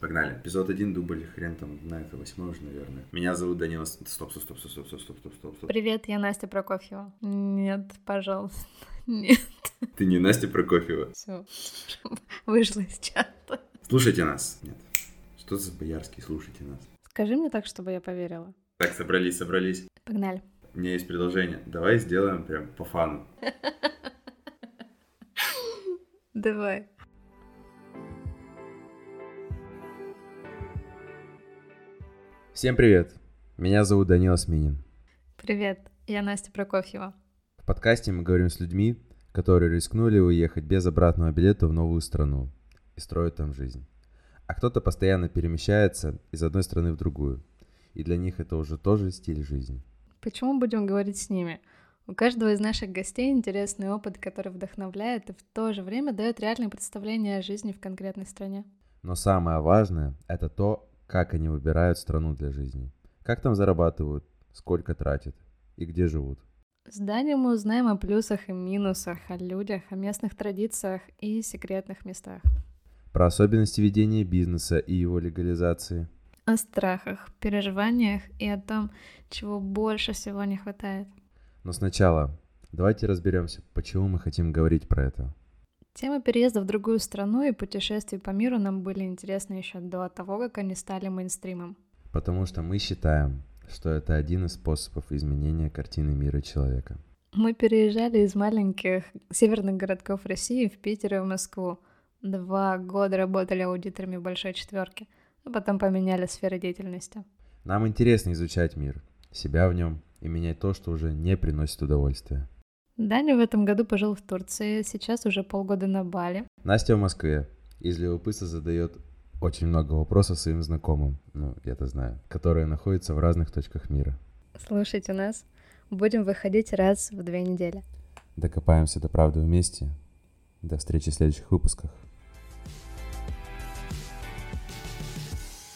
Погнали. Эпизод 1, дубль, хрен там знает, восьмой уже, наверное. Меня зовут Данила... С- Стоп, стоп, стоп, стоп, стоп, стоп, стоп, стоп, стоп, стоп. Привет, я Настя Прокофьева. Нет, пожалуйста. Нет. Ты не Настя Прокофьева. Все. Вышла из чата. Слушайте нас. Нет. Что за боярский, слушайте нас. Скажи мне так, чтобы я поверила. Так, собрались, собрались. Погнали. У меня есть предложение. Давай сделаем прям по фану. Давай. Всем привет. Меня зовут Данила Сминин. Привет, я Настя Прокофьева. В подкасте мы говорим с людьми, которые рискнули уехать без обратного билета в новую страну и строят там жизнь. А кто-то постоянно перемещается из одной страны в другую. И для них это уже тоже стиль жизни. Почему будем говорить с ними? У каждого из наших гостей интересный опыт, который вдохновляет и в то же время дает реальное представление о жизни в конкретной стране. Но самое важное – это то, как они выбирают страну для жизни. Как там зарабатывают, сколько тратят и где живут. С Даней мы узнаем о плюсах и минусах, о людях, о местных традициях и секретных местах. Про особенности ведения бизнеса и его легализации. о страхах, переживаниях и о том, чего больше всего не хватает. Но сначала давайте разберемся, почему мы хотим говорить про это. Темы переезда в другую страну и путешествий по миру нам были интересны еще до того, как они стали мейнстримом. Потому что мы считаем, что это один из способов изменения картины мира человека. Мы переезжали из маленьких северных городков России в Питер и в Москву. Два года работали аудиторами большой четверки, а потом поменяли сферы деятельности. Нам интересно изучать мир, себя в нем и менять то, что уже не приносит удовольствия. Даня в этом году пожил в Турции, сейчас уже полгода на Бали. Настя в Москве из любопытства задает очень много вопросов своим знакомым, ну, я-то знаю, которые находятся в разных точках мира. Слушайте нас, будем выходить раз в две недели. Докопаемся до правды вместе. До встречи в следующих выпусках.